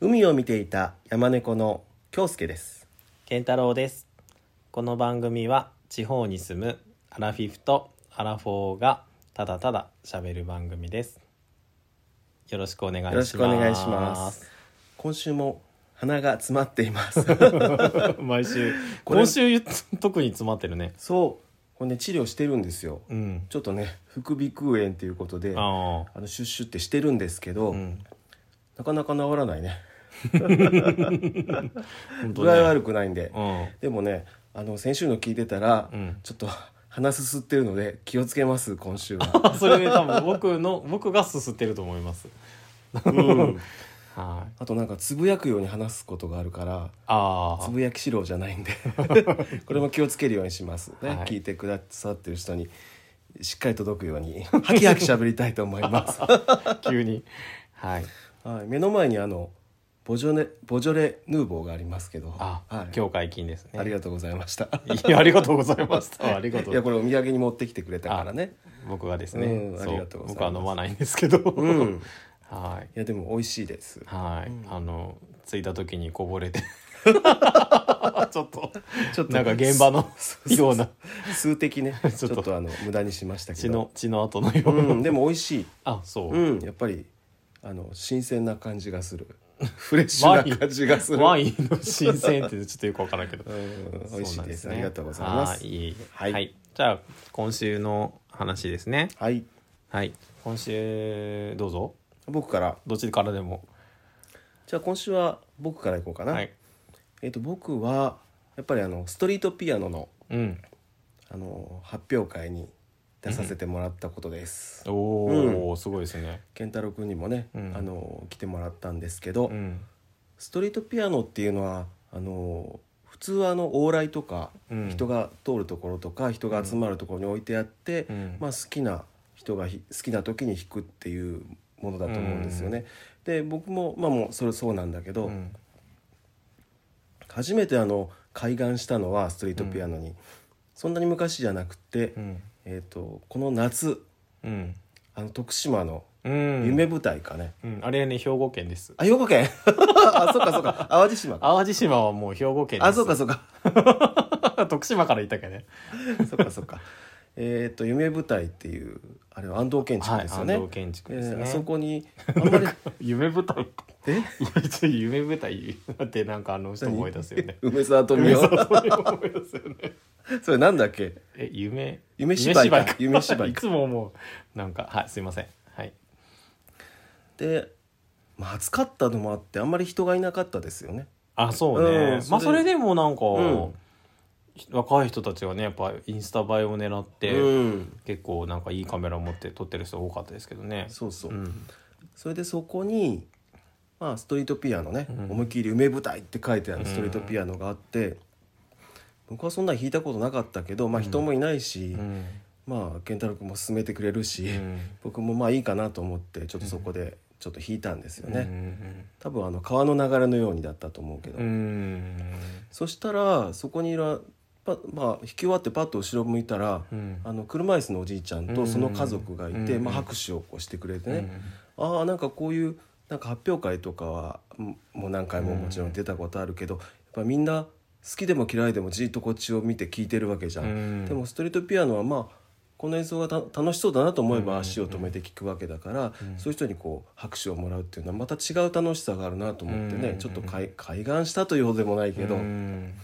海を見ていた山猫の京介です健太郎ですこの番組は地方に住むアラフィフとアラフォーがただただ喋る番組ですよろしくお願いしますよろしくお願いします今週も鼻が詰まっています 毎週これ今週言っ特に詰まってるねそうこれね治療してるんですようんちょっとね副鼻腔炎っていうことでああのシュッシュってしてるんですけど、あうんなかなか治らないね本当具合ね悪くないんで、うんでもねあの先週の聞いてたら、うんちょっと鼻すすってるので気をつけます今週は あそれね多分僕の僕がすすってると思いますうん はいあとなんかつぶやくように話すことがあるからあつぶやきしろじゃない んでこれも気をつけるようにします、ねはい聞いてくださってる人にしっかり届くよう にハキハキ喋りたいと思います、あ急にはいはい、目の前にあのボジョネボジョレ・ヌーボーがありますけどあ、はい、今日解禁ですねありがとうございましたいやありがとうございましたありがというやこれお土産に持ってきてくれたからね僕がですね、うんそうありがとうございます僕は飲まないんですけど、うん はいいやでも美味しいですはい、あの着いた時にこ ぼれて ちょっとちょっとなんか現 場のような数的ね ちちょょっっととあの無駄にしましたけ血どの血の後のような、うんでも美味しいあそう、うんやっぱりあの新鮮な感じがするフレッシワュイなン感じがするワインの新鮮ってちょっとよくわからんけど、うんそう美味しいなでんすねありがとうございますはいいえいえはいはい、じゃあ今週の話ですねはいはい今週どうぞ僕からどっちからでもじゃあ今週は僕からいこうかな、はいえっ、と僕はやっぱりあのストリートピアノのうんあの発表会に出させてもらったことです、おお、すごいですね健太郎君にもね、うんあの来てもらったんですけど、うんストリートピアノっていうのはあの普通はあの往来とか、うん人が通るところとか人が集まるところに置いてあって、うんまあ、好きな人がひ好きな時に弾くっていうものだと思うんですよね。で僕も,、まあ、もうそれそうなんだけど、うん初めてあの開眼したのはストリートピアノに、そんなに昔じゃなくて、うんえー、とこの夏うんあの徳島のうん夢舞台かね、うん、あれね兵庫県ですあ兵庫県 あそっかそっか淡路島か淡路島はもう兵庫県ですあそうかそうか 徳島から行ったっけね そっかそっか。えっと夢舞台っていうあれは安藤建築ですよね。はい安藤建築ですねえーあそこにあんまり夢舞台え いやちょ夢舞台 ってなんかあの人思い出すよね梅沢富美 そう男 そういう思い出すよねそれなんだっけえ夢夢芝居か 夢夢芝芝居居いかつも思うなんかはいすいませんはいで、まあ、暑かったのもあってあんまり人がいなかったですよね。あそううね、んそれまあそれでもなんか、うん若い人たちがねやっぱインスタ映えを狙って、うん、結構なんかいいカメラを持って撮ってる人多かったですけどねそうそう、んそれでそこに、まあ、ストリートピアノね、うん思いっきり「梅舞台」って書いてあるストリートピアノがあって、僕はそんな弾いたことなかったけど、まあ、人もいないし、うんまあ健太郎君も勧めてくれるし。うん僕もまあいいかなと思ってちょっとそこでちょっと弾いたんですよね、うん多分あの川の流れのようにだったと思うけど、うんうんそしたらそこにいるパまあ弾き終わってパッと後ろ向いたら、うんあの車椅子のおじいちゃんとその家族がいて、うんまあ、拍手をこうしてくれてね、ああなんかこういうなんか発表会とかはんもう何回ももちろん出たことあるけど、やっぱみんな好きでも嫌いでもじっとこっちを見て聴いてるわけじゃん、うんでもストリートピアノはまあこの演奏がた楽しそうだなと思えば足を止めて聴くわけだから、そういう人にこう拍手をもらうっていうのはまた違う楽しさがあるなと思ってね、うんちょっと開開眼したというほどでもないけど、うん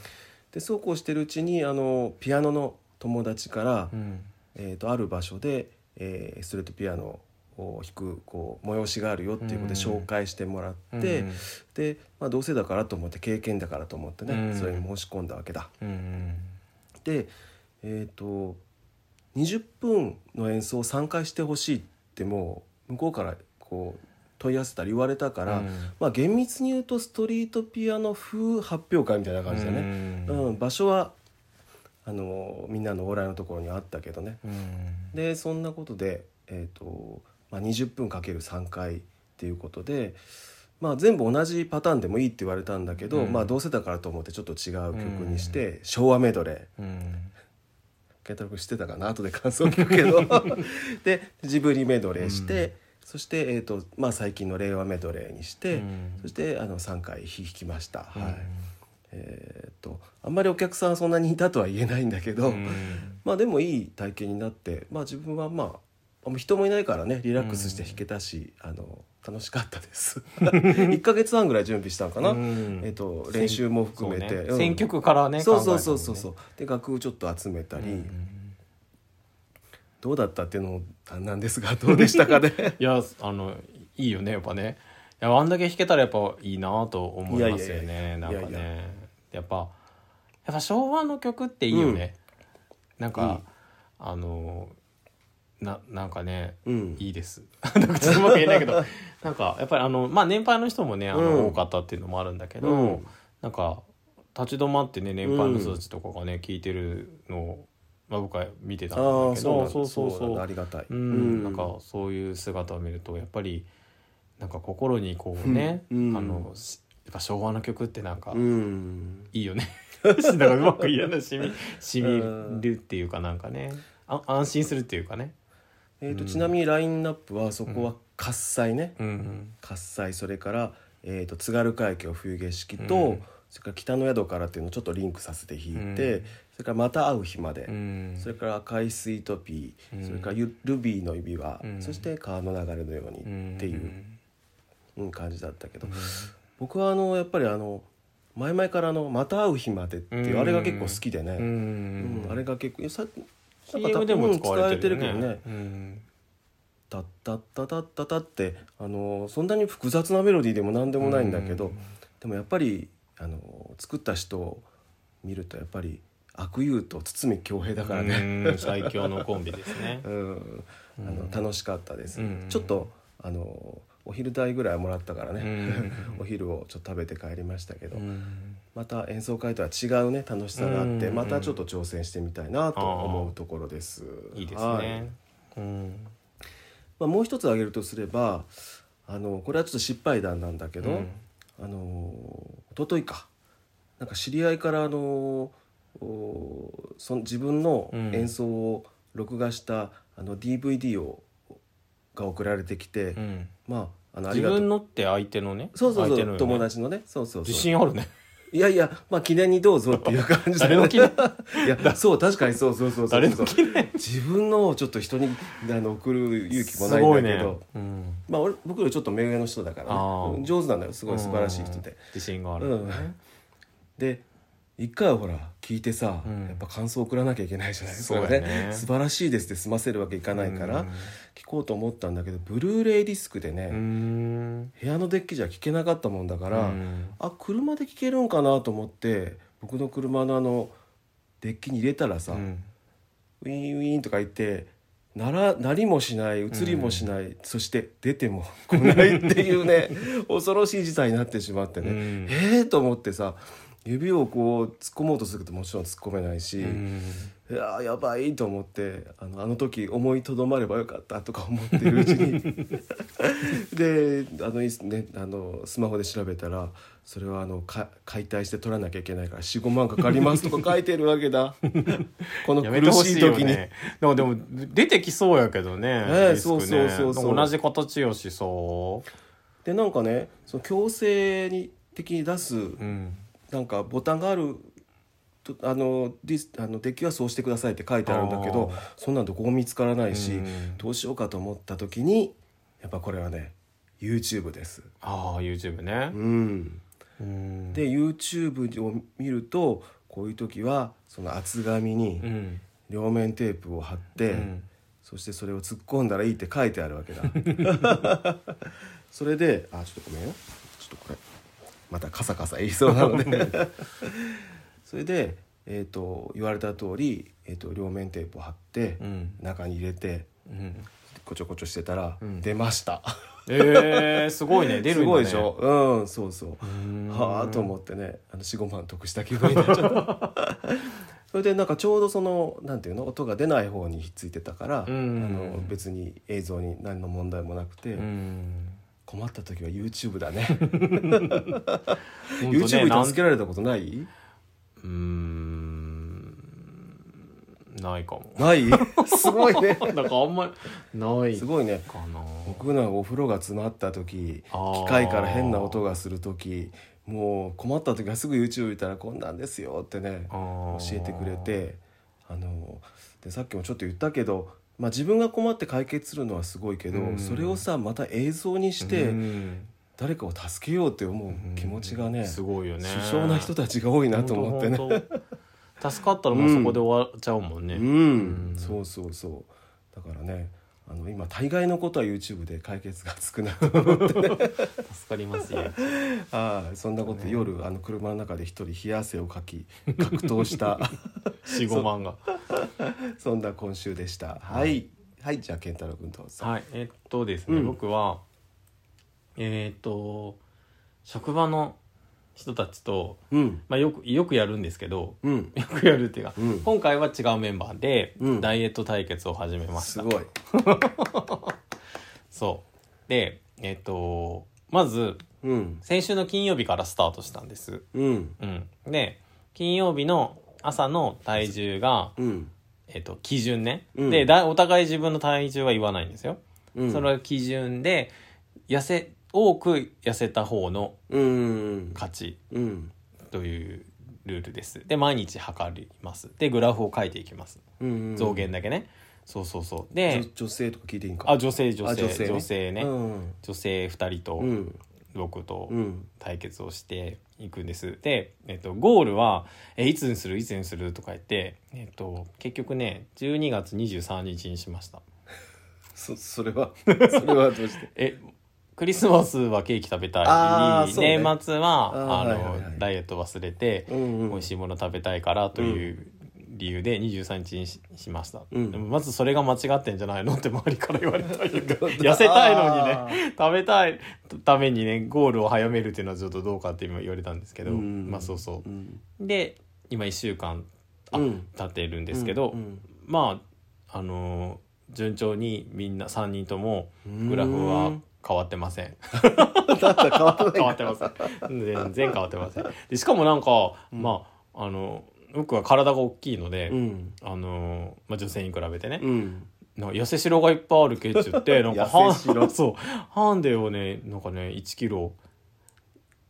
でそうこうしてるうちにあのピアノの友達から、うんえー、とある場所で、えーストレートピアノを弾くこう催しがあるよっていうことでうん紹介してもらって、うんで、まあ、どうせだからと思って経験だからと思ってね、うんそれに申し込んだわけだ。うんで、えー、と20分の演奏を3回してほしいってもう向こうからこう問い合わせたり言われたから、うんまあ、厳密に言うとストリートピアノ風発表会みたいな感じだね。うんうん場所はあのみんなの往来のところにはあったけどね、うんでそんなことで、えーとまあ、20分かける3回っていうことで、まあ、全部同じパターンでもいいって言われたんだけど、うんまあ、どうせだからと思ってちょっと違う曲にして、昭和メドレーうん 健太郎君知ってたかな後で感想聞くけどでジブリメドレーして、そして、えーとまあ、最近の令和メドレーにして、うんそしてあの3回弾きました、うんはいえー、とあんまりお客さんはそんなにいたとは言えないんだけど、うんまあでもいい体験になって、まあ、自分はまああの人もいないからねリラックスして弾けたし、あの楽しかったです 1か月半ぐらい準備したのかな、うんえー、と練習も含めて、そうねうん選曲からねそうそうそうそうそう考で楽譜ちょっと集めたえり、たもんねうんどうだったっていうのもあなんですがどうでしたかね いやあのいいよねやっぱねいやあんだけ弾けたらやっぱいいなと思いますよいやねいなやんいかやいねやいやっぱやっぱ昭和の曲っていいよね、なんかあのななんかねうんいいです。 なんかちょっとうまく言えないけど、なんかやっぱりあのまあ年配の人もねあの、うん多かったっていうのもあるんだけど、うんなんか立ち止まってね年配の人たちとかがね、聞いてるのをまあ僕は見てたんだああけそうど、なんそうそうそなうんだありがたい、うん、なんかそういう姿を見るとやっぱりなんか心にこうね、うんうんあのしやっぱ昭和の曲ってなんかうんいいよね。 なんかうまく言えな いしみしみるっていうかなんかね、あ安心するっていうかね。えーとちなみにラインナップはそこは喝采ね、うんうん喝采それから、えー、と津軽海峡冬景色と、うんそれから北の宿からっていうのをちょっとリンクさせて弾いて、うんそれからまた会う日まで、うんそれから赤いスイートピー、うんそれからゆルビーの指輪、うんそして川の流れのようにっていう、うん感じだったけど、うん僕はあのやっぱりあの前々からあの「また会う日まで」っていう、うんあれが結構好きでね、ううんんあれが結構さなんか CM でも使われてるようん使われてるねけどね「タッタッタタッタタ」ってあのそんなに複雑なメロディーでも何ででもないんだけど、でもやっぱりあの作った人を見るとやっぱり悪友と堤恭平だからね、最強のコンビで すねうん、あうのん楽しかったです、うんちょっとあのお昼代ぐらいもらったからうね、んお昼をちょっと食べて帰りましたけど、うんまた演奏会とは違うね楽しさがあって、うんまたちょっと挑戦してみたいなと思うところです。いいですはいねうんまあ、もう一つ挙げるとすればあのこれはちょっと失敗談なんだけど、うんあの一昨日かなんか知り合いからあのおその自分のうん演奏を録画した、あの DVD をが送られてきて、うんまああのあ自りがとう分のって相手のねそうそうそ相う、手のよね友達のねそうそうそう自信あるねいやいやまあ記念にどうぞっていう感じで、誰の記念 いやそう確かにそうそうそうそう誰の記念自分のをちょっと人にあの送る勇気もすないんごだいけねど、うんまあ、俺僕よりちょっと目上の人だから、あーね、上手なんだよすごい素晴らしい人うでん。自信があうるん、で一回はほら聞いてさ、うんやっぱ感想送らなきゃいけないじゃないですそうかだねね素晴らしいですって済ませるわけいかないから、うん聞こうと思ったんだけどブルーレイディスクでね、うん部屋のデッキじゃ聞けなかったもんだから、うんあ車で聞けるんかなと思って僕の車のあのデッキに入れたらさ、うんウィーンウィーンとか言ってならなりもしない移りもしない、そして出ても 来ないっていうね恐ろしい事態になってしまってね、うんええと思ってさ指をこう突っ込もうとするともちろん突っ込めないし、うんいやーやばいと思ってあのあの時思いとどまればよかったとか思ってるうちに であのいす、ね、あのスマホで調べたらそれはあのか解体して取らなきゃいけないから45万かかりますとか書いてるわけ だこのやめて苦ほししいいよ時に。ね。でもでも出てきそうやけどね。ねリスクそねうそうそうそう同じ形よしそでなんかねその強制に的に出すう。うん。なんかボタンがあるとあのディスあのデッキはそうしてくださいって書いてあるんだけどあーそんなんどこも見つからないし、うんどうしようかと思った時にやっぱこれはね YouTube です。ああ YouTube ねう。ん、うん。で YouTube を見るとこういう時はその厚紙にうん。両面テープを貼って、うんそしてそれを突っ込んだらいいって書いてあるわけ だそれであちょっとごめんよちょっとこれまたカサカサ言いそうなのでそれで、えー、と言われた通り、えー、と両面テープを貼って、うん中に入れてうん。こちょこちょしてたら、うん出ましたえー、すごいね出るすんだね。ごいでしょうんそうそううん。はあと思ってねあの45万得した気分になっちゃった それでなんかちょうどそのなんていうの音が出ない方にひっついてたから、うんあの別に映像に何の問題もなくて、うん。困った時は YouTube だね本当ね YouTube になん助けられたことない、うーん。ないかも ないすごいねなんかあんまりないすごいねかな僕なんかお風呂が詰まった時機あー械から変な音がする時もう困った時はすぐ YouTube 見たらこんなんですよってね教教えてくれてあのでさっきもちょっと言ったけど、まあ、自分が困って解決するのはすごいけど、うんそれをさまた映像にして誰かを助けようって思う気持ちがね、すごいよね首相な人たちが多いなと思ってね。本当本当助かったらもうそこで終わっちゃうもんね、うんう、んそうそうそうだからねあの今大概のことは YouTube で解決がつく なと助かります よああそんなこと、夜あの車の中で一人冷や汗をかき格闘した 45万がそんな今週でしたはいはいじゃあ健太郎君どうぞ、はいえっとですね、うん僕はえーっと職場の人たちと、うんまあ、よくよくやるんですけど うんよくやるっていうか、うん今回は違うメンバーで、うんダイエット対決を始めましすたごいそうでえっとまずうん先週の金曜日からスタートしたんですうんうん、で金曜日の朝の体重が、うんえっと基準ね、うんでだお互い自分の体重は言わないんですよ、うんそれは基準で痩せ多く痩せた方のうん勝ちうんというルールですで毎日測りますでグラフを書いていきますうん増減だけね、そうそうそう女で女性とか聞いていいんかあ女性女あ性女性ねうん女性2人とうん僕とうん対決をしていくんですで、えっと、ゴールは「えいつにするいつにする」とか言って、えっと、結局ね12月23日にしましたそそれ はそれはどうしてえクリスマスはケーキ食べたあいーそうね年末はああーの、はいはいはいダイエット忘れて、うんうん美味しいもの食べたいからという理由で23日にししました、うんでもまずそれが間違ってんじゃないのって周りから言われたりだ 痩せたいのにね食べたいためにねゴールを早めるっていうのはちょっとどうかって今言われたんですけど、うんまあそうそうう、んで今1週間あ、うん経ってるんですけど、うんまああのー順調にみんな3人ともうんグラフは変わってません だったら変わってない変わってません全然変わってませんでしかもなんか、まああの僕は体が大きいので、 うんあのーまあ、女性に比べてね、うんなんか痩せしろがいっぱいあるケチュ ってなんか痩せしろハンそうハンデをねなんかね1キロ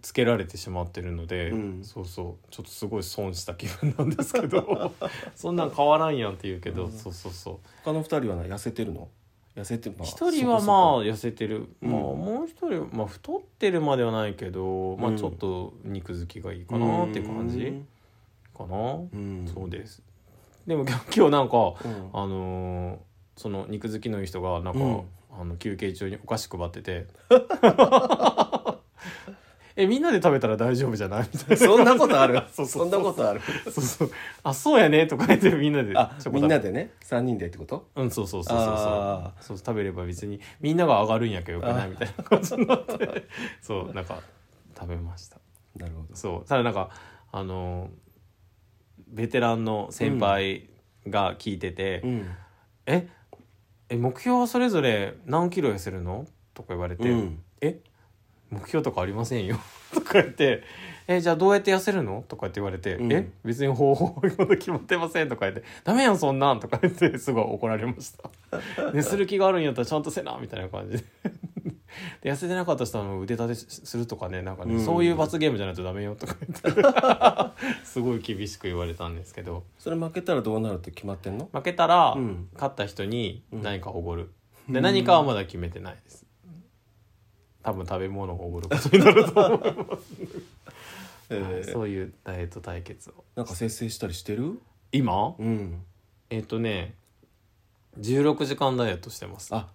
つけられてしまってるので、うんそうそうちょっとすごい損した気分なんですけど そんなん変わらんやんって言うけど、そうそうそう他の二人はな痩せてるの痩せてまあ一人はそこそまこあ痩せてるうんまあもう一人は、まあ、太ってるまではないけど、まうあんちょっと肉付きがいいかなって感じかな、うんそうですでも今日今日なんかうんあのーその肉好きのいい人がなんか、うんあの休憩中にお菓子配ってて えみんなで食べたら大丈夫じゃないみたい なそんなことある そうそそんうなことある そうそうあそうやねとか言ってみんなであチョコ食べみんなでね三人でってことうんそうそうそうそうあそうそう食べれば別にみんなが上がるんやけどよくないみたいな感じになってそうなんか食べましたなるほどそうただなんかあのーベテランの先輩が聞いてて、うんええ目標はそれぞれ何キロ痩せるのとか言われて、うんえ目標とかありませんよ とか言ってえじゃあどうやって痩せるのとかって言われて、うんえ別に方法今の決まってませんとか言ってダメやんそんなんとか言ってすごい怒られま した、ね、する気があるんやったらちゃんとせなみたいな感じでで痩せてなかった人はもう腕立てするとかねなんかね、うんそういう罰ゲームじゃないとダメよとか言っ てすごい厳しく言われたんですけどそれ負けたらどうなるって決まってんの負けたら、うん勝った人に何かおごる、うんで何かはまだ決めてないです多分食べ物をおごることになると思う、 えはいーそういうダイエット対決をなんか節制したりしてる今うんえっ、とね16時間ダイエットしてますあ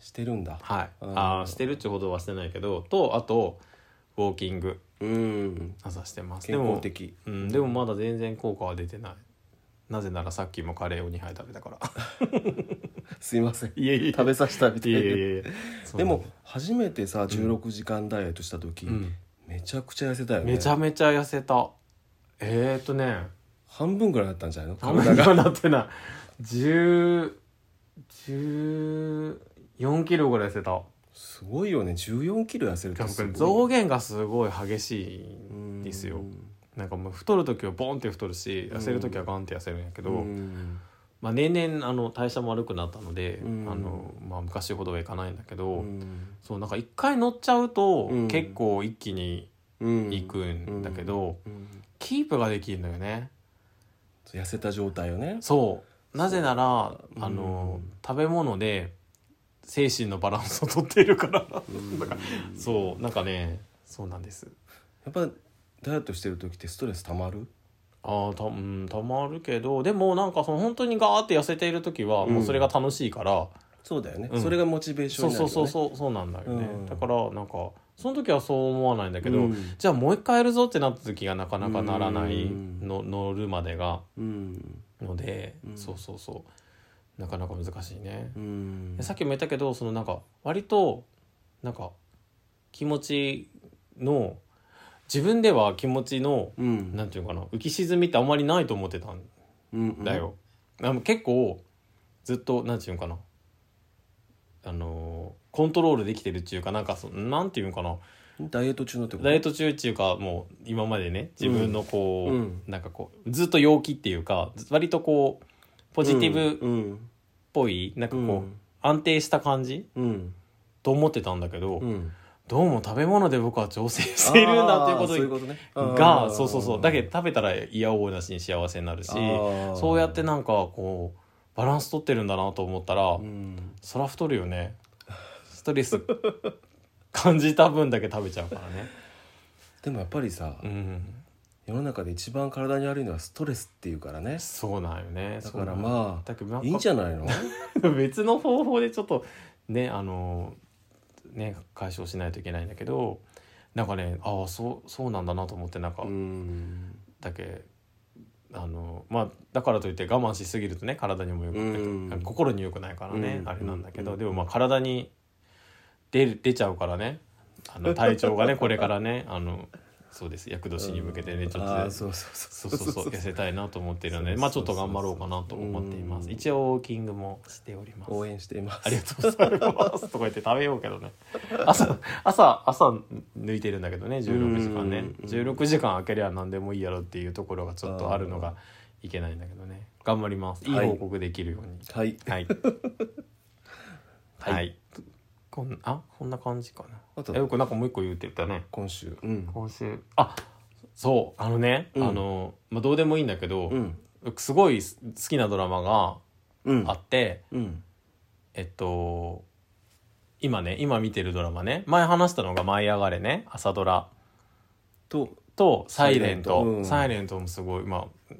してるんだはいあーあーしてるってほどはしてないけどとあとウォーキングうん朝してますで健康も、的うん、でもまだ全然効果は出てないなぜならさっきもカレーを2杯食べたからす いませんいえいえ食べさせたみたいいやいやでいや でも初めてさ16時間ダイエットした時うんめちゃくちゃ痩せたよねめちゃめちゃ痩せたえー、っとね半分ぐらいだったんじゃないのあんま体りがなってない10 14キロぐらい痩せたすごいよね14キロ痩せるってすご増い減がすごい激しいんですよなんかもう太る時はボンって太るし痩せる時はガンって痩せるんやけど、うんまあ、年々あの代謝も悪くなったので、うんあのまあ、昔ほどはいかないんだけど、うんそうなんか一回乗っちゃうと、うん結構一気にうんいくんだけど、うんキープができるのよね痩せた状態よねそうなぜなら、うんあの食べ物で精神のバランスをとっているから だからそうなんかねそうなんですやっぱダイエットしてる時ってストレスたまるあーた,、うん、たまるけどでもなんかその本当にガーって痩せている時はうんもうそれが楽しいから、そうだよね、うんそれがモチベーショそンうになるそよ、うね、そうそうそうなんだよね、うんだからなんかその時はそう思わないんだけど、うんじゃあもう一回やるぞってなった時がなかなかならないうんの乗るまでがうんので、うんそうそうそうなかなか難しいね、うんさっきも言ったけどそのなんか割となんか気持ちの自分では気持ちのうんなんていうのかな浮き沈みってあんまりないと思ってたんうんだよ、あの結構ずっとなんていうのかなあのーコントロールできてるっていうかなんかそなんていうのかなダイエット中のってことダイエット中っていうかもう今までね自分のこう、うんうんなんかこうずっと陽気っていうかず割とこうポジティブっうんぽい、なんかうこんう、安定した感じうんと思ってたんだけど、うんどうも食べ物で僕は調整しているんだっていうことあーそういうにことねがそうそうそうだけど食べたら嫌おうなしに幸せになるしそうやってな、なんかこうバランス取ってるんだなと思ったら、うん、そら太るよねストレス感じた分だけ食べちゃうから ね。でもやっぱりさ、うん世の中で一番体に悪いのはストレスっていうからねそうなんよね。だからあ、まだけどなあんかいいんじゃないの別の方法でちょっとねあのね解消しないといけないんだけどなんかねああそうそうなんだなと思ってなんか、うんだけあのまあだからといって我慢しすぎるとね体にもよく、うん心によくないからね、うんあれなんだけど、うんでもまあ体に出る出ちゃうからね あの体調がねこれからねあのそうです厄年に向けてねちょっとあね、ーそうそそううそそそううそうう痩せたいなと思っているので、そうまあちょっと頑張ろうかなと思っていまうす。ん一応ウォーキングもしております。応援していますありがとうございます。とか言って食べようけどね。 朝、朝、朝抜いてるんだけどね、16時間ねうん。 16時間空けりゃ何でもいいやろっていうところがちょっとあるのがいけないんだけどね。頑張ります。いいはい報告できるよう に。はいはい。はいはい。こんあこんな感じかあな。とえ、僕なんかもう一個言うって言ったね。今週うん今週あそうあのね、うんあの、まあ、どうでもいいんだけど、うんすごいす好きなドラマがうんあって、うんえっと今ね今見てるドラマね前話したのが「舞い上がれね」朝ドラとと「サイレント」うんサイレントもすごいまあ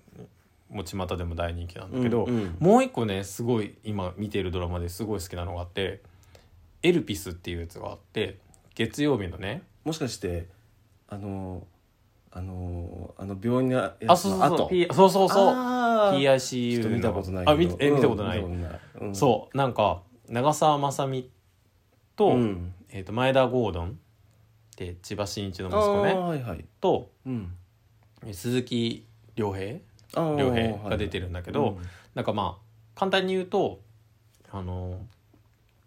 持ちまたでも大人気なんだけど、うんうんもう一個ねすごい今見てるドラマですごい好きなのがあって「エルピス」っていうやつがあって月曜日のねもしかしてあのあのあの病院のやつのあそうそうそう後 P- そうそうそうあーちょっ PICU との見たことないけどあ見てえ見たことない、うん見たことないうんそうなんか長澤まさみと,、んえー、と前田郷敦って千葉真一のあ息子ーねはいはいとうん鈴木亮平あー亮平が出てるんだけど、はいなんかまあ簡単に言うとあの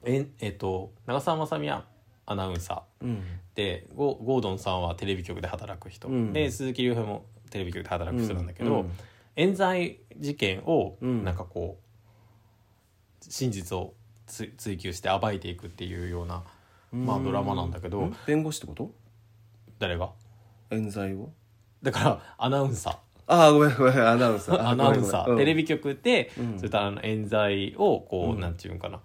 ええー、と長澤まさみはアナウンサうんーでゴゴードンさんはテレビ局で働く人、うんで鈴木亮平もテレビ局で働く人なんだけど、うん冤罪事件をうんなんかこう真実をつ追求して暴いていくっていうようなまあドラマなんだけどう弁護士ってこと誰が冤罪をだからアナウンサああごめんごめんアナウンサーー アナウンサーテレビビ局でうんそういったあの冤罪をこうんうなんていうんかな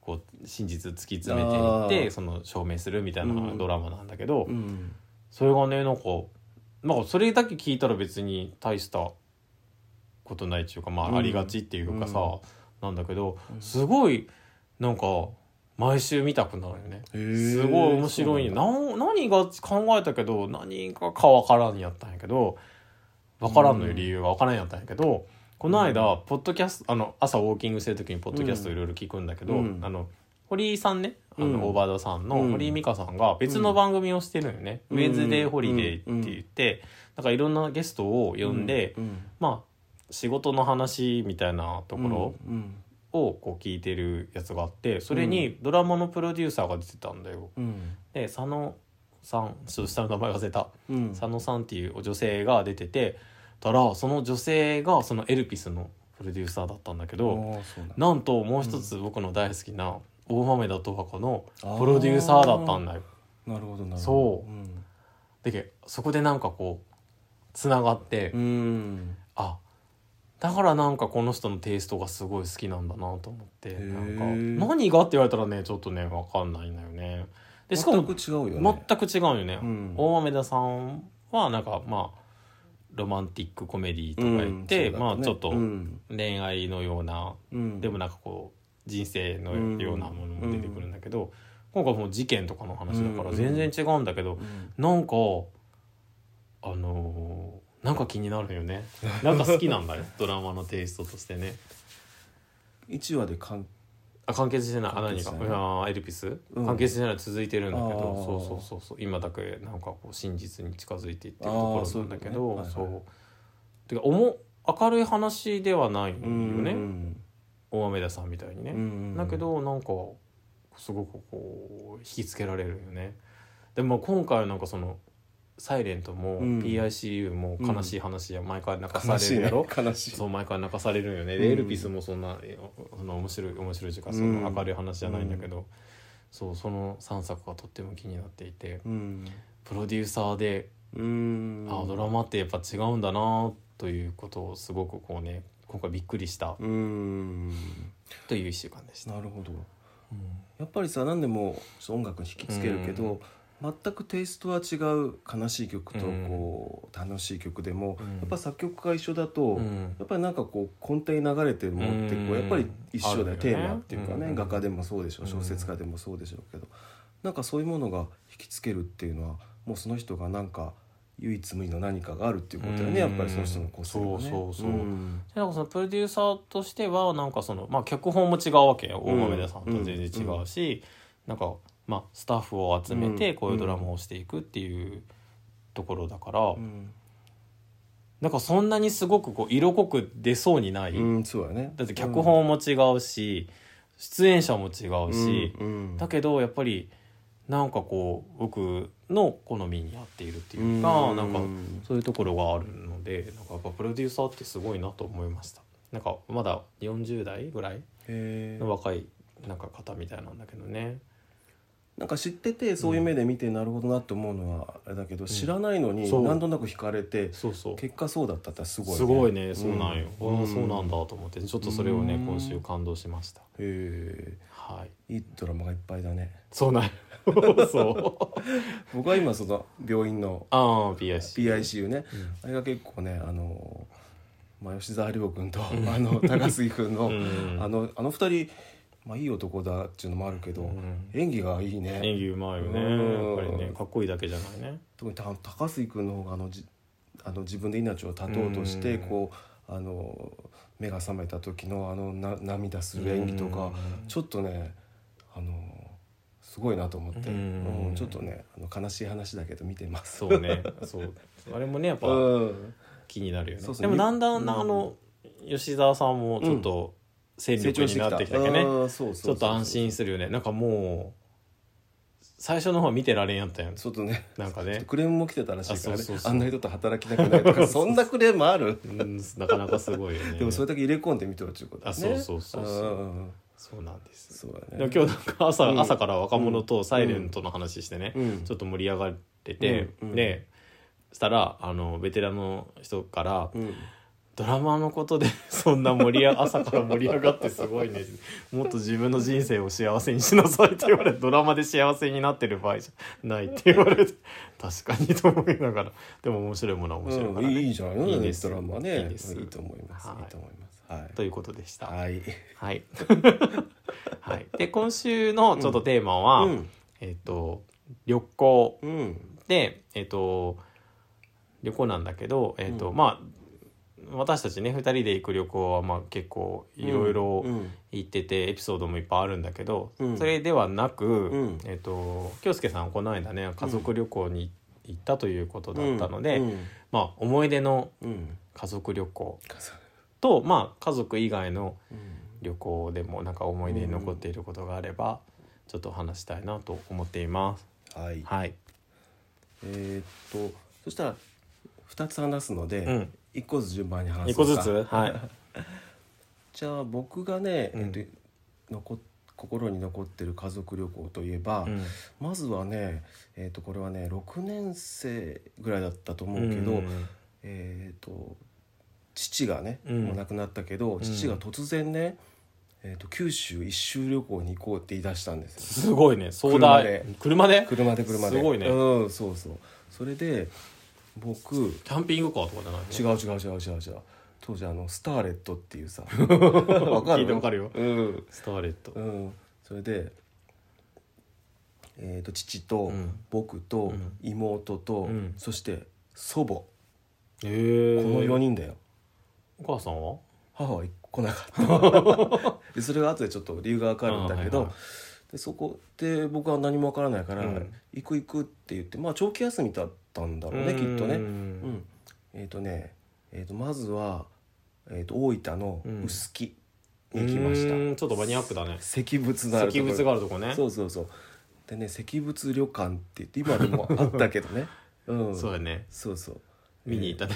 こう真実突き詰めていっあーてその証明するみたいなドラマなんだけどうんそれがねなんかまあそれだけ聞いたら別に大したことないっていうかまうんあありがちっていうかさ、うんなんだけどすごいなんか毎週見たくなるよね。へーすごい面白いよそうなん何が考えたけど何がかわからんやったんやけどわからんのうよん理由がわからんやったんやけど、この間、ポッドキャストあの朝ウォーキングしてる時にポッドキャストいろいろ聞くんだけど、うんあの堀井さんねあの、うんオーバードさんのうん堀井美香さんが別の番組をしてるのよね、うんウェンズデーホリデーって言って、なんかいろんなゲストを呼んで、うんまあ仕事の話みたいなところうんをこう聞いてるやつがあってそれにドラマのプロデューサーが出てたんだよ。うんで佐野さんちょっと下の名前忘れた、うん佐野さんっていう女性が出ててたらその女性がそのエルピスのプロデューサーだったんだけあどーそうなんだなんともう一つ僕の大好きな大豆田十和子のあープロデューサーだったんだよ。なるほどなるほどそううんだけどそこでなんかこうつながって、うんあだからなんかこの人のテイストがすごい好きなんだなと思ってなんかへえ何がって言われたらねちょっとね分かんないんだよね。でしかも全く違うよね全く違うよね、うん大豆田さんはなんかまあロマンティックコメディとか言って、うんまあそうだちょっとうん恋愛のような、うんでもなんかこう人生のようなものも出てくるんだけど、今回もう事件とかの話だからうん全然違うんだけど、うんなんかあのーなんか気になる よねなんか好きなんだよドラマのテイストとしてね一話で完あ完結してないあ完何結しかていないやーエルピス、うん完結してないの続いてるんだけどあーそうそうそうそう今だけなんかこう真実に近づいていってるとあーころなんだけどそ,、そうういうことねはいはいてかおも明るい話ではないよね、うん大雨田さんみたいにね、うんだけどなんかすごくこう引きつけられるよねでも今回はなんかその「サイレントもうん PICU も悲しい話や毎回泣かさ悲れしいるねやろ、悲しいそう毎回泣かされるんよね、うでんエルピスもそんなえおその面白い面白い時間そのうん明るい話じゃないんだけど、そうその3作がとっても気になっていてうんプロデューサーで、うんあドラマってやっぱ違うんだなということをすごくこうね今回びっくりしたうんという1週間でした。なるほどやっぱりさ何でも音楽に引きつけるけど、全くテイストは違う悲しい曲とうんこう、楽しい曲でも、うんやっぱ作曲が一緒だと、うんやっぱりなんかこう根底に流れてるものってこう、うんやっぱり一緒だよ、あるよねテーマっていうかね、うん画家でもそうでしょううん小説家でもそうでしょうけど、なんかそういうものが引きつけるっていうのはもうその人がなんか唯一無二の何かがあるっていうことだよね、うやんっぱりその人の個性がね。そうそうそうんでなんかそのプロデューサーとしてはなんかその、まあ、脚本も違うわけよう大ん豆田さんと全然違うし、なんか、まあ、スタッフを集めうてんこういうドラマをしていくっていうところだから、うんなんかそんなにすごくこう色濃く出そうにない、うん、そうだね。だって脚本も違うし、出演者も違うし、うんうんだけどやっぱりなんかこう僕の好みに合っているっていうか、うんなんかそういうところがあるのでなんかやっぱプロデューサーってすごいなと思いましたなんかまだ40代ぐらいへーの若いなんか方みたいなんだけどねなんか知っててそういう目で見てなるほどなって思うのはあれだけど、知らないのにそう何となく惹かれてそうそう結果そうだったってすごい、すごいねそうなんよ、うんああそうなんだと思ってちょっとそれをねうん今週感動しましたへはえいいいドラマがいっぱいだねそうなんよ そう僕は今その病院のああ PIC PICU ね、あれが結構ねあの、まあ、吉沢亮君と、あの高杉君の、うんあのあの二人、まあ、いい男だっていうのもあるけど、うん演技がいいね演技うまいよねうんやっぱりねかっこいいだけじゃないね特にた高杉君の方があのじあの自分で命を絶とうとして、うんこうあの目が覚めた時のあのな涙する演技とか、うんちょっとねあのすごいなと思って、ううんんちょっとねあの悲しい話だけど見てます。そうね そうあれもねやっぱ、うん気になるよねそうそうでもだんだん、うんあの吉沢さんもちょっと戦力になってきたけどね、うんそうそうそうちょっと安心するよねなんかもう最初の方は見てられんやったやんちょっとねなんかちょっねと、クレームも来てたらしいからあそうねそうそうあんな人と働きたくないと かそんなクレームあるうん、なかなかすごいよねでもそれだけ入れ込んでみてるっていうことあそうそうそうそうんんんそうなんですそうだでもね今日なんか朝,、うん朝から若者とサイレントの話してね、うんちょっと盛り上がってて、うんうんでしたらあのベテランの人から、うんドラマのことでそんな盛り上朝から盛り上がってすごいねもっと自分の人生を幸せにしなさいって言われてドラマで幸せになってる場合じゃないって言われて確かにと思いながらでも面白いものは面白いから、ねうんいいじゃないのいいですドラマねいいですと思います、はいい、いと思いますはいということでしたはい、はいはい で今週のちょっとテーマは、うんえっ、と旅行うんでえっ、と旅行なんだけどえっ、と、まあ私たちね2人で行く旅行はまあ結構いろいろうん行っててエピソードもいっぱいあるんだけど、うんそれではなく、んえっと京介さんはこの間ね家族旅行に行ったということだったので、うんまあ、思い出のうん家族旅行かさと、まあ、家族以外のうん旅行でもなんか思い出に残っていることがあれば、ちょっとお話したいなと思っています。はいはい、えーっとそしたら二つ話すので、うん一個ずつ順番に話一そ個うずかつ、はいじゃあ僕がね、うんえっと、残心に残ってる家族旅行といえば、うんまずはね、えっとこれはね6年生ぐらいだったと思うけど、うんえっと父がね、うんもう亡くなったけどん父が突然ね、えっと九州一周旅行に行こうって言い出したんですよすごいね壮車大で車で車で車で。すごいねうんそうそうそれで僕キャンピングカーとかじゃない違のう違う違う違う違う当時あのスターレットって いうさわ聞いてわかるようん、スターレットうん、それでえー、と父とうん僕とうん妹と、うんそして祖母こえの4人人だよお母さんは母は来なか ったでそれが後でちょっと理由がわかるんだけど、あはいはでそこで僕は何もわからないから、うん行く行くって言ってまあ長期休みだったんだろうねきっとねうん、えっ、とね、えー、とまずは、えー、と大分のうん臼杵に来ました、うーんちょっとマニアックだね石仏のある石ところ仏があるとこねそうそうそうでね石仏旅館って言って今でもあったけど ね、うん、そうだねそうそう見に行ったね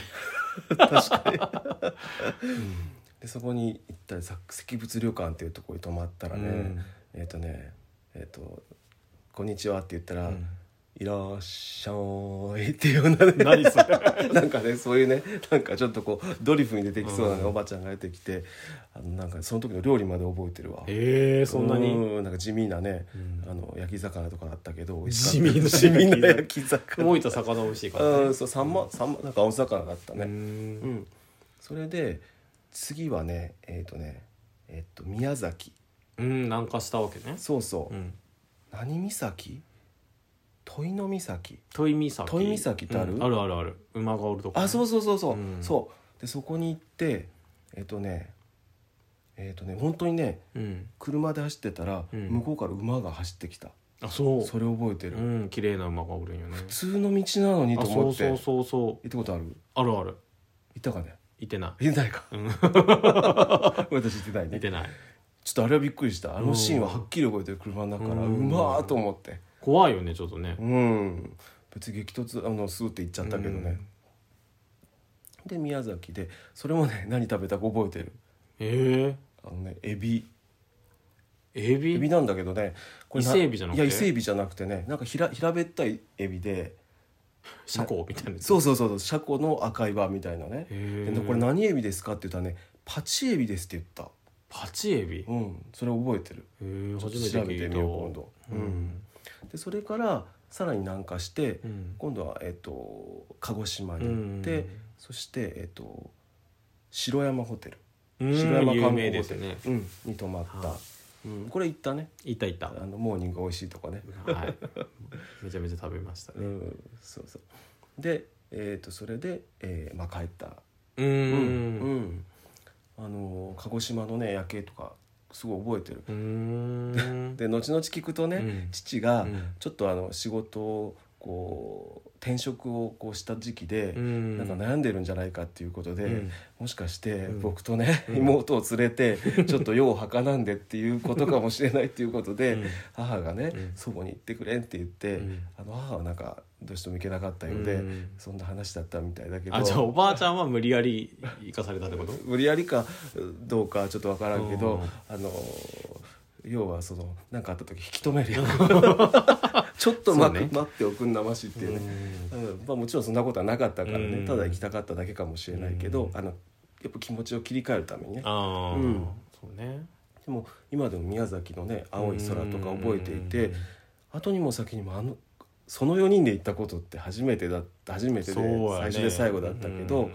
でそこに行ったらさ石仏旅館っていうところに泊まったらね、えっ、とねえっ、と「こんにちは」って言ったら「うんいらっしゃい」っていうようなね 何それ なんかねそういうねなんかちょっとこうドリフに出てきそうなね、うんおばちゃんが出てきてあのなんかその時の料理まで覚えてるわえー、そんなにうんなんか地味なね、うんあの焼き魚とかだったけど地味な地味な焼き魚大分魚美味しいからねうんそうサンマサンマなんか青魚だったうーねうん、んそれで次はねえっ、とねえっ、と宮崎うん南下したわけねそうそう、うん何岬鳥の岬土井岬土肥岬ってあるうんあるあるある馬がおるとこねあそうそうそうそう、うんそうでそこに行ってえっ、とねえっ、とね本当にねうん車で走ってたら、うん向こうから馬が走ってきたあそうそれ覚えてる、うん綺麗な馬がおるんよね普通の道なのにとあ思そうってそうそうそう行ったことあるあるある行ったかねいてな行ってないか、 うん私行ってないいいねてないちょっとあれはびっくりしたあのシーンははっきり覚えてる車の中からううんまーと思って怖いよねちょっとねうん別に激突あのスーって行っちゃったけどね、で宮崎でそれもね 何食べたか覚えてるえあのねエビー、エビエビなんだけどね伊勢エビじゃなくていや伊勢エビじゃなくてねなんかひら平べったいエビでシャコみたいなやつそうそうそうそうシャコの赤いバみたいなねへでーこれ何エビですかって言ったらねパチエビですって言ったパチエビへうんそれ覚えてるえちょっ初と調めてべ聞ていみたよう今度、ううんん、でそれからさらに南下して、うん今度は、えっと鹿児島に行って、うんそして、えっと城山ホテルうん城山有観名光でホすテよル、ねうん、に泊まった、はうん、これ行ったねいたいたあのモーニング美味しいとかね、はいめちゃめちゃ食べましたうねん、そうそうで、えっとそれで、えーまあ、帰った、ううんんあのー鹿児島のね夜景とかすごい覚えてるうーんで後々聞くとね、うん父がうんちょっとあの仕事をこう転職をこうした時期で、うんなんか悩んでるんじゃないかっていうことで、うんもしかしてうん僕とね、うん妹を連れ てちょっと世をはかなんでっていうことかもしれないっていうことで、母がね、うん祖母に行ってくれんって言って、うんあの母はなんかどうしても行けなかったようで、うんそんな話だったみたいだけどあじゃあおばあちゃんは無理やり行かされたってこと無理やりかどうかちょっと分からんけうどんあの要はその何かあった時引き止めるよ ちょっとそう待,、ね待っておくんなましっていうね、うんまあ、もちろんそんなことはなかったからね、うんただ行きたかっただけかもしれないけど、うんあのやっぱ気持ちを切り替えるためにねああ、うんそうねでも今でも宮崎のね青い空とか覚えていて、うん後にも先にもあのその4人で行ったことって初めてだった初めてで、そうやね最初で最後だったけど、うん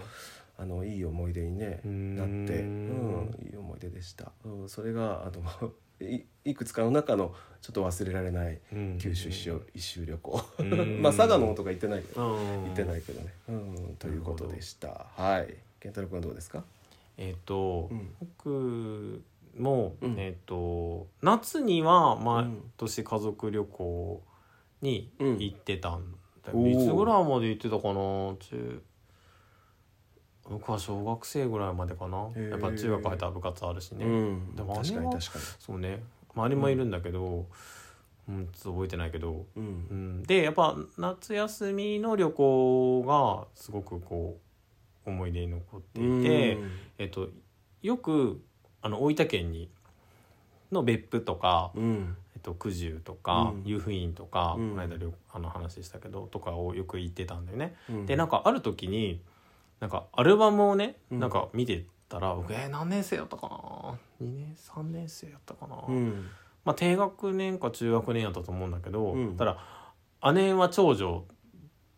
あのいい思い出に、ねうんなって、うん、いい思い出でした、うん、それがあの いいくつかの中のちょっと忘れられないうん九州一周,、一周旅行うん まあ佐賀の方とか行ってないけど行行ってないけどね、うん、ということでしたはい健太郎君はどうですか、えっ、と、うん僕も、うんえっ、と夏にはう毎ん年家族旅行にうん行ってたんだよ、おーいつぐらいまで行ってたかな中僕は小学生ぐらいまでかなへーやっぱ中学入ったら部活あるしね、うん、でもあれ確かには確かそうね周りもいるんだけど、うんちょっと覚えてないけど、に、うんうん、でやっぱ夏休みの旅行がすごくこう思い出に残っていて、えっと、よくあの大分県にの別府とか、うんえっと、九十とか、うん湯布院とか、うんこの間旅あの話したけどとかをよく行ってたんだよね。うんでなんかある時になんかアルバムをね、うんなんか見てたら僕えー何年生やったかな2年3年生やったかな、うんまあ、低学年か中学年やったと思うんだけど、うんただ姉は長女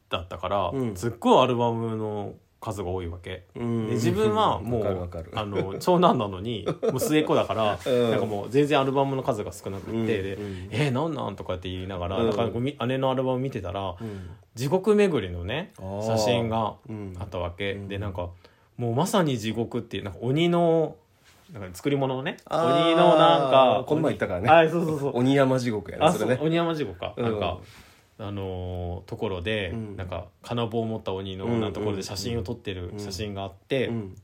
だったから、うんすっごいアルバムの数が多いわけ。うんで自分はもう、わかるわかるあの長男なのにもう末っ子だから、 うんなんかもう全然アルバムの数が少なくて、うんでうんえー、なんなん?」とかって言いながら,、うんだからこうみ姉のアルバム見てたらうん地獄巡りのねあー写真がうんあったわけ、うんでなんかもうまさに地獄っていうなんか鬼のなんか作り物のねあー鬼のなんかこの前言ったからねあそうそうそ う鬼山地獄やあねそそうれね鬼山地獄か、うんなんかあのーところで、うんなんか金棒を持った鬼のなんかところで写真を撮ってる写真があって「うん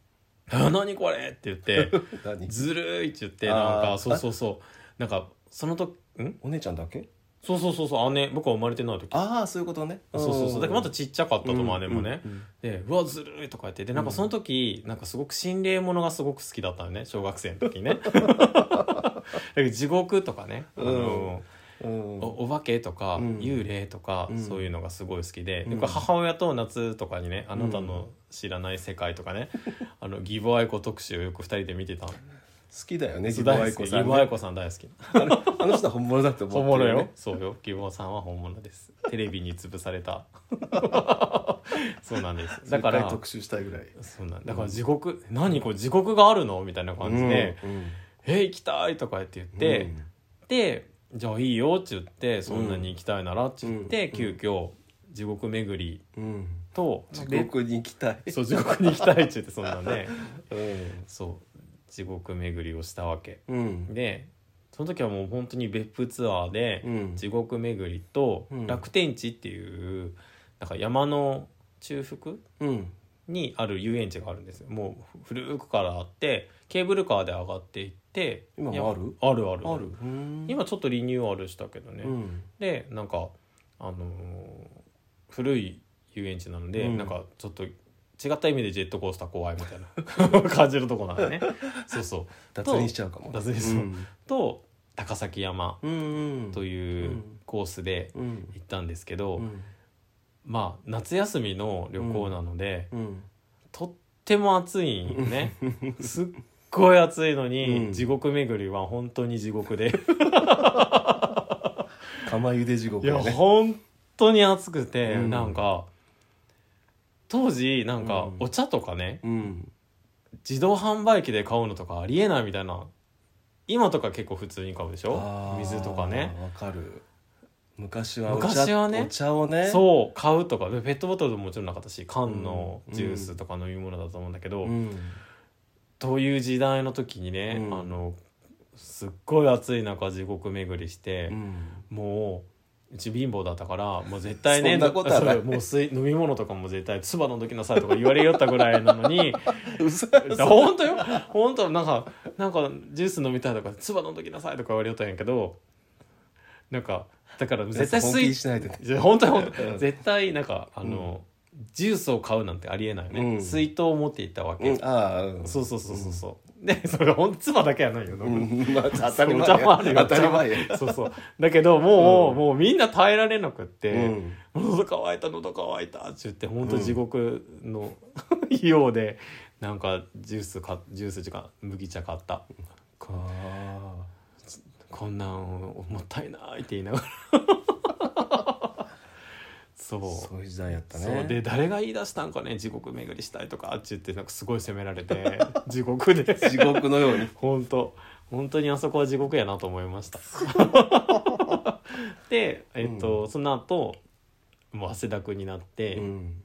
あ何これ!」って言って「何ずるい!」って言ってなんあかーそうそうそうなんかその時んお姉ちゃんだけそうそうそうそう姉僕は生まれてない時ああそういうことねそうそうそうだからまだちっちゃかったと思う姉もね、うんうんで「うわずるい」とか言ってでなんかその時、なんかすごく心霊ものがすごく好きだったのね小学生の時 ねだから地獄とかね、あのうんおお化けとか、うん幽霊とか、うんそういうのがすごい好きで,で、うんこれ母親と夏とかにね「あなたの知らない世界」と かね、あの義母愛子特集をよく2人で見てたの好きだよね義義母母愛愛子子さんねさん大好きあの あの人は本物だって思本って物るよね。そうよ。希望さんは本物です。テレビに潰された。そうなんです。だ絶対から、特集したいぐらいそうなんだから地獄、何これ地獄があるのみたいな感じで、うんうんえ、行きたいとかって言って、で、じゃあいいよって言って、そんなに行きたいならって言って、うん急遽、地獄巡りうんうんと、地獄に行きたいでそう、地獄に行きたいって言って、そんなね、うんそう、地獄巡りをしたわけ。うんで、その時はもう本当に別府ツアーで、うん地獄巡りとうん楽天地っていう、なんか山の中腹うんにある遊園地があるんですよもう古くからあってケーブルカーで上がっていって今もいやあるあるあるあるうん今ちょっとリニューアルしたけどね、うんでなんか、あのー古い遊園地なので、うんなんかちょっと違った意味でジェットコースター怖いみたいな 感じるとこなんでねそうそう脱輪しちゃうかも脱輪するうんと高崎山うんうんというコースでうん行ったんですけど、うんまあ夏休みの旅行なので、うんとっても暑いんよ ねすっごい暑いのに、うん地獄巡りは本当に地獄 で釜茹で地獄いやだね本当に暑くて、うんなんか当時なんかうんお茶とかねうん自動販売機で買うのとかありえないみたいな今とか結構普通に買うでしあょー水とかねわかる昔はお茶昔はねお茶をねそう買うとかでペットボトルももちろんなかったし缶のジュースとか飲み物だと思うんだけど、うんという時代の時にね、うんあのすっごい暑い中地獄巡りしてう、んもううち貧乏だったからもう絶対ねそんなことはない そうもう水飲み物とかも絶対「唾飲んどきなさい」とか言われよったぐらいな のに嘘本当よ本当なんかなんかジュース飲みたいとか「唾飲んどきなさい」とか言われよったんやけどなんかだから絶対本気に水しないでねじゃ 本当本う当ん絶対なんかあの、ジュースを買うなんてありえないよね、うん水筒を持っていったわけ、うんああうんそうそうそうそうそうでそれほん唾だけやないよ、飲むうのんまあ当たそうりお前茶もあるよや当たり前やお茶もそうそうだけどもう、うんもうみんな耐えられなくっうてん「喉乾いた喉乾いた」って言って本当地獄の ようでなんかジュースかジュース時間麦茶買ったかあこんなんもったいないって言いながら そうそういう時代やったねそうで誰が言い出したんかね地獄巡りしたいとかあっち言ってなんかすごい責められて地獄で地獄の ように本当本当にあそこは地獄やなと思いました で、えっとその後もう汗だくになって、うん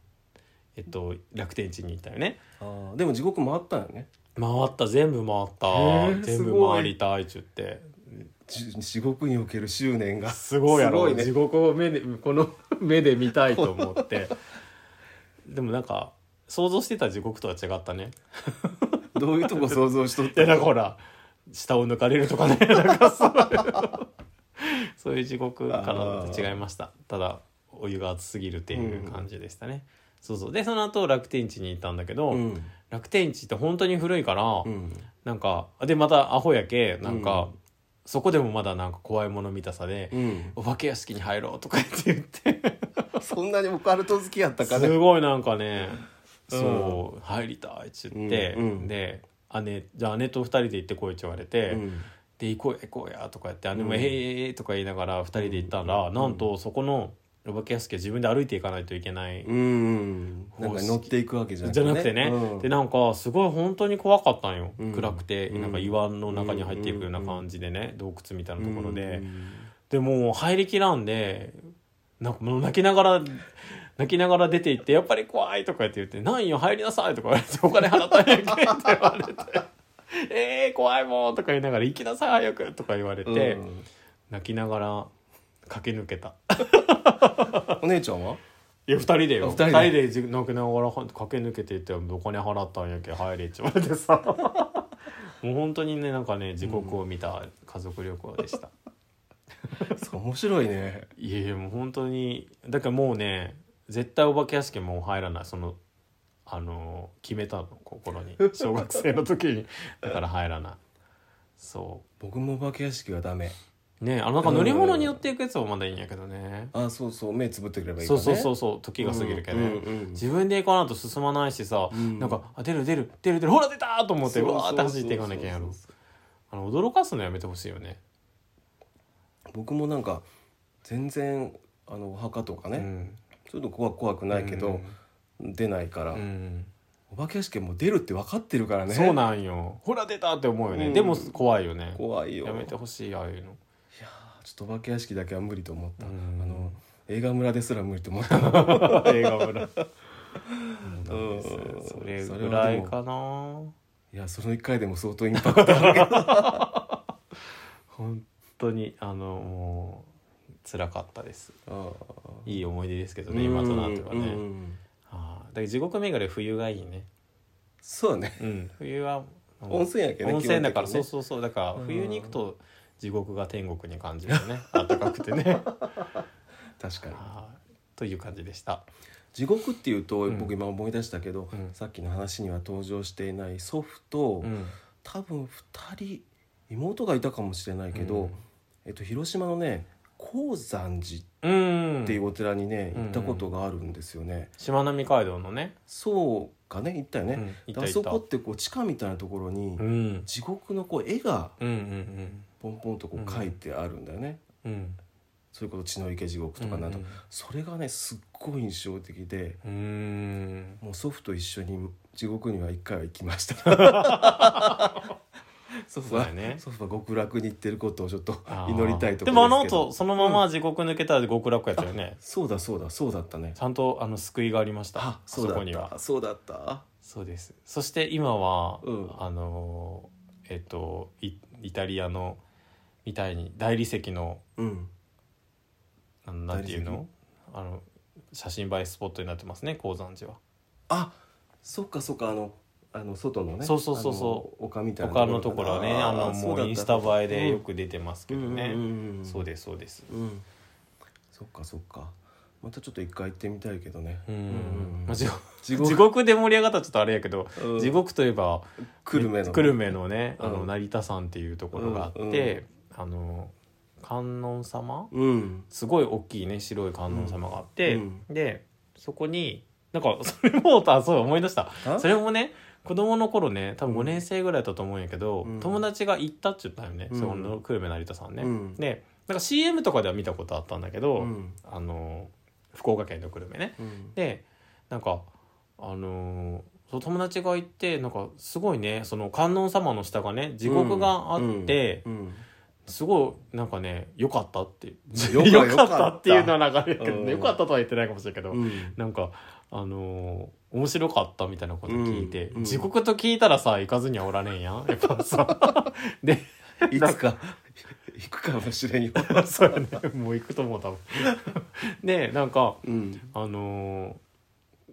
えっと、楽天地に行ったよねあーでも地獄もあったよね回った全部回へったえ全す部ごい回りたいっちゅってじ地獄における執念がすごいやろすごいね地獄を目でこ の目で見たいと思ってでもなんか想像してた地獄とは違ったねどういうとこ想像しとっでたなんかほら下を抜かれる とかねなんかそういうそういう地獄からと違いましたただお湯が熱すぎるっていう感じでしたね、そうそうでその後楽天地に行ったんだけど、うん楽天市って本当に古いから、うんなんかでまたアホやけなんか、うんそこでもまだなんか怖いもの見たさで、うん、お化け屋敷に入ろうとか言って言ってそんなにオカルト好きやったかすねごいなんかね、うんそう入りたいっつって、うんうんで姉じゃあ姉と二人で行ってこいって言われて、うんで行こうや行こうやとか言って姉うんも「ええええ」とか言いながら二人で行ったら、なんとそこのお化け屋敷は自分で歩いていかないといけない、うんなんか乗っていくわけじゃなくてじゃねなくてね、うんでなんかすごい本当に怖かったんよ、うん暗くてうんなんか岩の中に入っていくような感じでね、洞窟みたいなところで、うんでもう入りきらんでなんかもう泣きながら 泣きながら出て行って「やっぱり怖い」とか言って言って「なんよ入りなさい」とか言われて「お金払ったんやけ」って言われて 「えー、怖いもん」とか言いながら「行きなさい早く」とか言われて、うん泣きながら駆け抜けた。お姉ちゃんはいや2人でよあ2二人人ででじ泣きながら駆け抜けていってお金払ったんやけ入れっちまって さもう本当にねなんかね時刻を見た家族旅行でした、そう面白いねいやいやもう本当にだからもうね絶対お化け屋敷もう入らないそのあの決めたの心 に小学生の時にだから入らないそ僕もお化け屋敷はダメうねあのなんか乗り物に乗っていくやつはまだいいんやけどね、あそうそう目つぶってくればいいかそらうねそうそううそう時が過ぎるけど、んねうんうん自分で行かないと進まないしさ、うんなんかあ出る出る出る出るほら出たと思ってそうそうそうわーって走っていかなきゃやろあの驚かすのやめてほしいよね僕もなんか全然あのお墓とかね、ちょっと怖怖くないけど、出ないから、うんうんお化け屋敷はもう出るって分かってるからねそうなんよほら出たって思うよね、うんでも怖いよね怖いよやめてほしいああいうのちょっとお化け屋敷だけは無理と思った、うんあの映画村ですら無理と思った、うん 映画村それそぐはらでいもかないやその1回でも相当インパ クトある本当にあのもう辛かったですあいい思い出ですけどあね今となってはね、うんうんああだから地獄巡り冬がいいねそうだねうん、冬はうん温泉やけどね温泉だから、基そ本的にねうそうそうだからうん冬に行くと地獄が天国に感じるよね暖かく てね確かにはいという感じでした地獄っていうとん僕今思い出したけど、うんさっきの話には登場していない祖父と、うん多分2人妹がいたかもしれないけど、うんえっと、広島のね高山寺うんっていうお寺にね、うん行ったことがあるんですよね、しまなみ海道のねそうかね行ったよね、うん行ったあそ行こっってこう地下みたいなところに、たうん地獄のこう絵がうんうんポンポンとこう書いてあるんだよね、うんうんそれこそ血の池地獄とかなど、うんうんそれがねすっごい印象的でうーんもう祖父と一緒に地獄には一回は行き ました祖父そうだは、よね祖父は極楽に行ってることをちょっとあー祈りたいところですけどでもあの後そのまま地獄抜けたら極楽やったよね、そうだそうだそうだったねちゃんとあの救いがありましたあそそうだこにっはたそうだったそうですそして今は、うんあのえっとイイタリアのみたいに大理石のうんあのなんていうのあの写真映えスポットになってますね高山寺はあそっかそっかあのあの外のねそうそうそうそあうの丘みたいな他のところはねあのもうインスタ映えでよくく出てますけどね、そうでですそうですうんそっかそっかまたちょっと一回行ってみたいけどねうん、うんまあ、地地獄地獄で盛り上がったらちょっとあれやけど、うん地獄といえば久留米の久留米のねあうのん成田山っていうところがあって、うんうんあの観音様、うんすごい大きいね白い観音様があって、うんでそこになんか それもあそう思い出したあそれもね子供の頃ね多分5年生ぐらいだったと思うんやけど、うん友達が行ったって言ったよね、うんそこの久留米成田さんね、うんでなんか CM とかでは見たことあったんだけど、うんあの福岡県の久留米ねうんでなんかあのーそう友達が行ってなんかすごいねその観音様の下がね地獄があって、うんすごいなんかね良かった ってよ良かかよかかっったたっていうのはなんかあれやけどうんね良かったとは言ってないかもしれないけど、うんなんかあのー面白かったみたいなこと聞いて、うんうん地獄と聞いたらさ行かずにはおられんやんやっぱさ でいつか 行くかもしれんよそうやねもう行くと思う多分でなんかうんあのー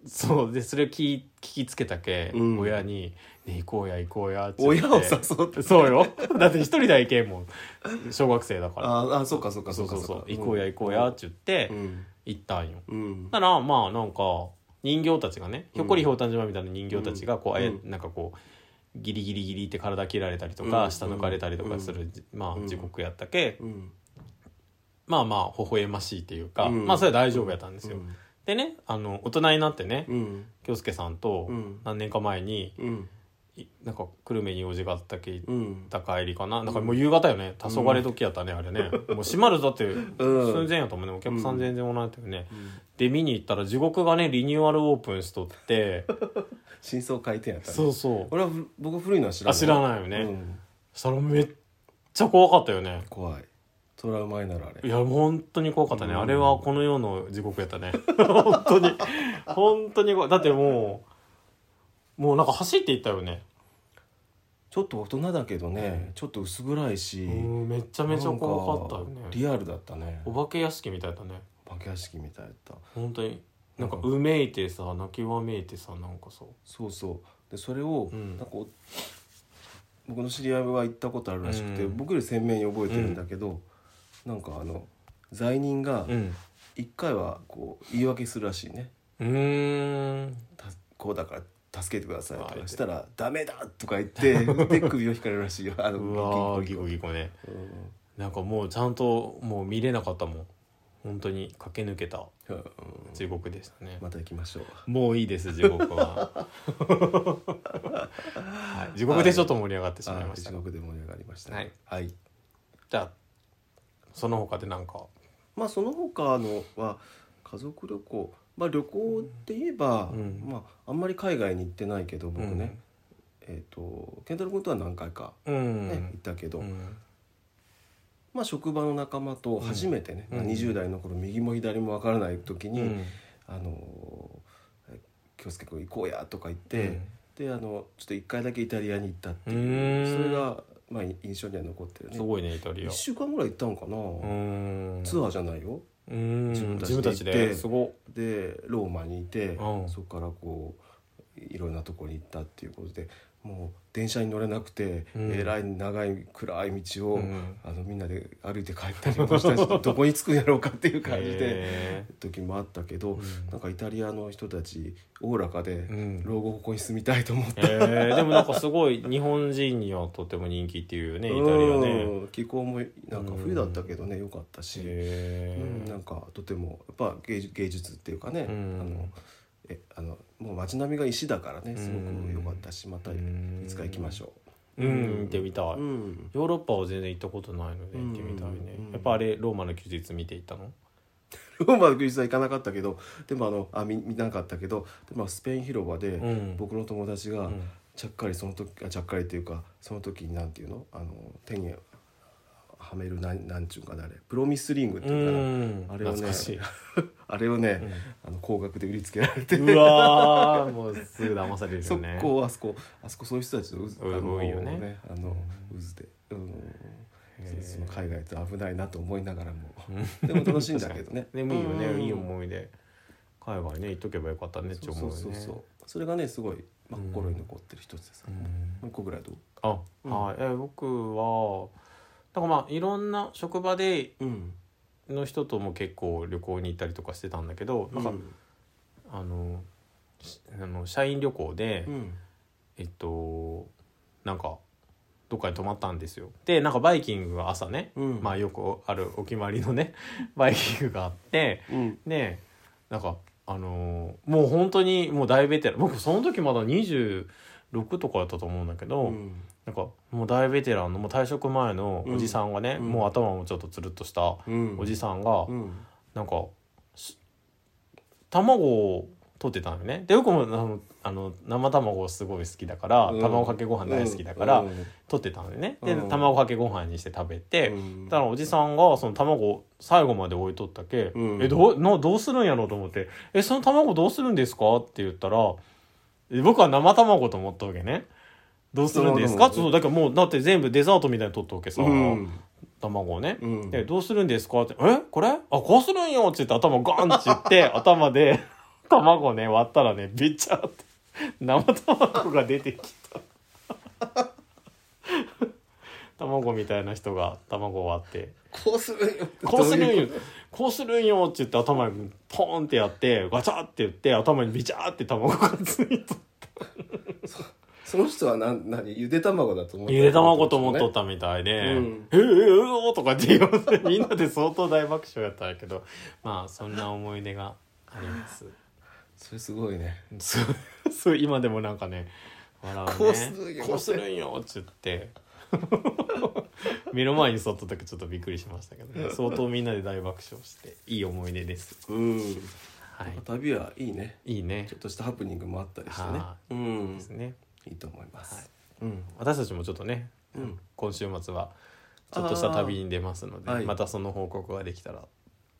そうでそれを聞き聞きつけたけ、うん親に「ね行こうや行こうや」って言って親を誘ってそうよだって一人では行けんもん小学生だからああそっかそっかそそうっかそうそそううか行こうや行こうやって言ってうん行ったんようんならまあなんか人形たちがねひょっこりひょうたん島みたいな人形たちがこう、うんあやうんなんかこうギリギリギリって体切られたりとうかん下抜かれたりとかする、まうあん地獄やったけ、うんまあまあ微笑ましいっていうか、うんまあそれは大丈夫やったんですよ。うんでねあの大人になってねうん京介さんとうん何年か前にうんいなんか久留米に用事があったけうんた帰りかなだからもう夕方よね黄昏時やったね あれねもう閉まるだって寸前やったもんねお客さん全然おらんってねで見に行ったら地獄がねリニューアルオープンしとって真相回転やったねそうそう俺はふ僕古いのは知らあない知らないようねんそれめっちゃ怖かったよね怖いトラウマになるあいれやもう本当に怖かったねうんあれはこの世の地獄やったね 本当に本当に怖いだってもうもうなんか走っていったよねちょっと大人だけどねちょっと薄暗いしうんめちゃめちゃ怖かったよなんかねリアルだったねお化け屋敷みたいだね化け屋敷みたいだった本当になんかうんうめいてさ泣きわめいてさなんかさそうそうでそれを、うんなんかお僕の知り合いは行ったことあるらしくて、うん僕より鮮明に覚えてるんだけど、なんかあの罪人がうん一回はこう言い訳するらしいねうーん「たこうだから助けてください」あと言っかてしたら「ダメだ!」とか言 ってで首を引かれるらしいよあのうわーギギココギギコねコうんなんかもうちゃんともう見れなかったもん本当に駆け抜けたうん地獄でしたね、また行きましょうもういいです地獄は、はい、地獄でちょっと盛り上がってしまいあました地が、獄で盛り上がりましたはい、はいじゃあその他でなんかまあその他のは家族旅行まあ旅行って言えば、うんまああんまり海外に行ってないけど僕ね、うんえっ、と健太郎君とは何回か、うね行っん、たけど、うんまあ職場の仲間と初めてね、うんまあ、うん20代の頃右も左も分からない時うに「んあのえ京介君行こうや」とか言って、であのちょっと1回だけイタリアに行ったっていううーんそれが、まあ、印象には残ってるすねごいねイタリア1週間ぐらい行ったのかな、うんツアーじゃないようん自自分分たたちで行ってちですごでローマにいて、うんそこからこういろんなとこに行ったっていうことでもう電車に乗れなくて、うんえらい長い暗い道を、うんあのみんなで歩いて帰ったりもした しどこに着くんやろうかっていう感じでへ時もあったけど、うんなんかイタリアの人たちおおらかで、ーうん老後ここに住みたいと思って、えー、でもなんかすごい日本人にはとても人気っていうねイタリアね。うん気候もなんか冬だったけどね良かったし。へうん、なんかとてもやっぱ芸術芸術っていうかね、うんあのえあのもう街並みが石だからねすごうんく良かったしまたいうんつか行きましょえうん行ってみたい、う。うん、 ヨーロッパは全然行ったことないので行ってみたいね、うんやっぱあれローマの休日見て行ったのローマの休日は行かなかったけどでもあのあ見見なかったけどでもスペイン広場でん僕の友達うがんちゃっかりその時あちゃっかりっていうかその時になんていうのあの手にはめるなんなんちゅうかなあれプロミスリングってういうかな、んあれをね懐かしいあれをね、あの高額で売りつけられてう わーもうすぐ騙されるよそねこあそこあそこそういう人たちの渦うんあの多いよねあの渦で、うん、へーその海外って危ないなと思いながらもでも楽しいんだけどね でもいいよね、うんいい思い出海外ね行っとけばよかったねっそてう思うそようねそうそうそれがねすごい、まあ、うん心に残ってる一つです、うもんう一個ぐらいどうあ、うんはい、えー僕はだからまあいろんな職場でうんの人とも結構旅行に行ったりとかしてたんだけど、うなんんかあのしあの社員旅行で、うんえっとなんかどっかに泊まったんですよ。でなんかバイキングが朝ね、うんまあよくあるお決まりのねバイキングがあってうんでなんかあのーもう本当にもう大ベテラン僕その時まだ26とかだったと思うんだけど、うんなんかもう大ベテランのもう退職前のおじさんがね、うんもう頭もちょっとつるっとしたうんおじさんが、うんなんかし卵を取ってたのよねでよくもあのあの生卵すごい好きだから、うん卵かけご飯大好きだから、うん取ってたのよねで、うん卵かけご飯にして食べて、うんだからおじさんがその卵を最後まで置いとったけ、うんえどうのどうするんやろうと思って「えその卵どうするんですか?」って言ったらえ僕は生卵と思ったわけねどうするんですか生卵そうだからもうだって全部デザートみたいに取ったわけさ、うん卵をね、うんで、どうするんですかって、えこれあ、こうするんよって言って頭ガンって言 って、頭で、卵ね、割ったらね、べちゃって、生卵が出てきた。 卵みたいな人が卵を割ってこうするんよ「こうするんどいよこうするんよ」って言って頭にポーンってやってガチャって言って頭にビチャって卵がついとその人は何何ゆで卵だと思ってゆで卵と思っととったみたいで「ううんえうえうお」とかって言われてみんなで相当大爆笑やったんやけどまあそんな思い出があります。それすごいねそうそう今でもなんかね笑うこねうするんよこうするんよっつって目の前に座った時ちょっとびっくりしましたけどね相当みんなで大爆笑していい思い出ですうんは旅はいいねいいいねちょっとしたハプニングもあったりしてねはうんですねいいと思いますうん私たちもちょっとねうん今週末はちょっとした旅に出ますので、あーはいまたその報告ができたら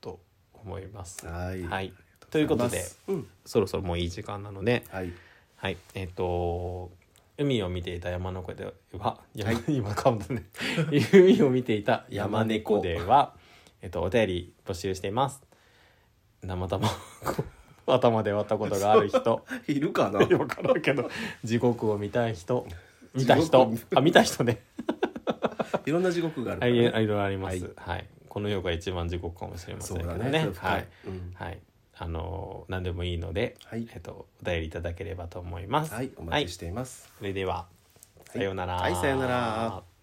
と思いますはいはいということでうんそろそろもういい時間なのではいはい、えっ、と海を見ていた山の子では、山 今噛んだね海を見ていた山猫では、えっとお便り募集しています生卵頭で割ったことがある人いる かな分からんけど地獄を見たい人見た地獄を人見あ見た人ねいろんな地獄があるあからいねろいろありますははい、この世が一番地獄かもしれませそんけうどだねねそれ深はい、うんはい、あのー何でもいいので、はいえっとお便りいただければと思いますはいお待ちしていますそれでは、さようなら。はいさようなら。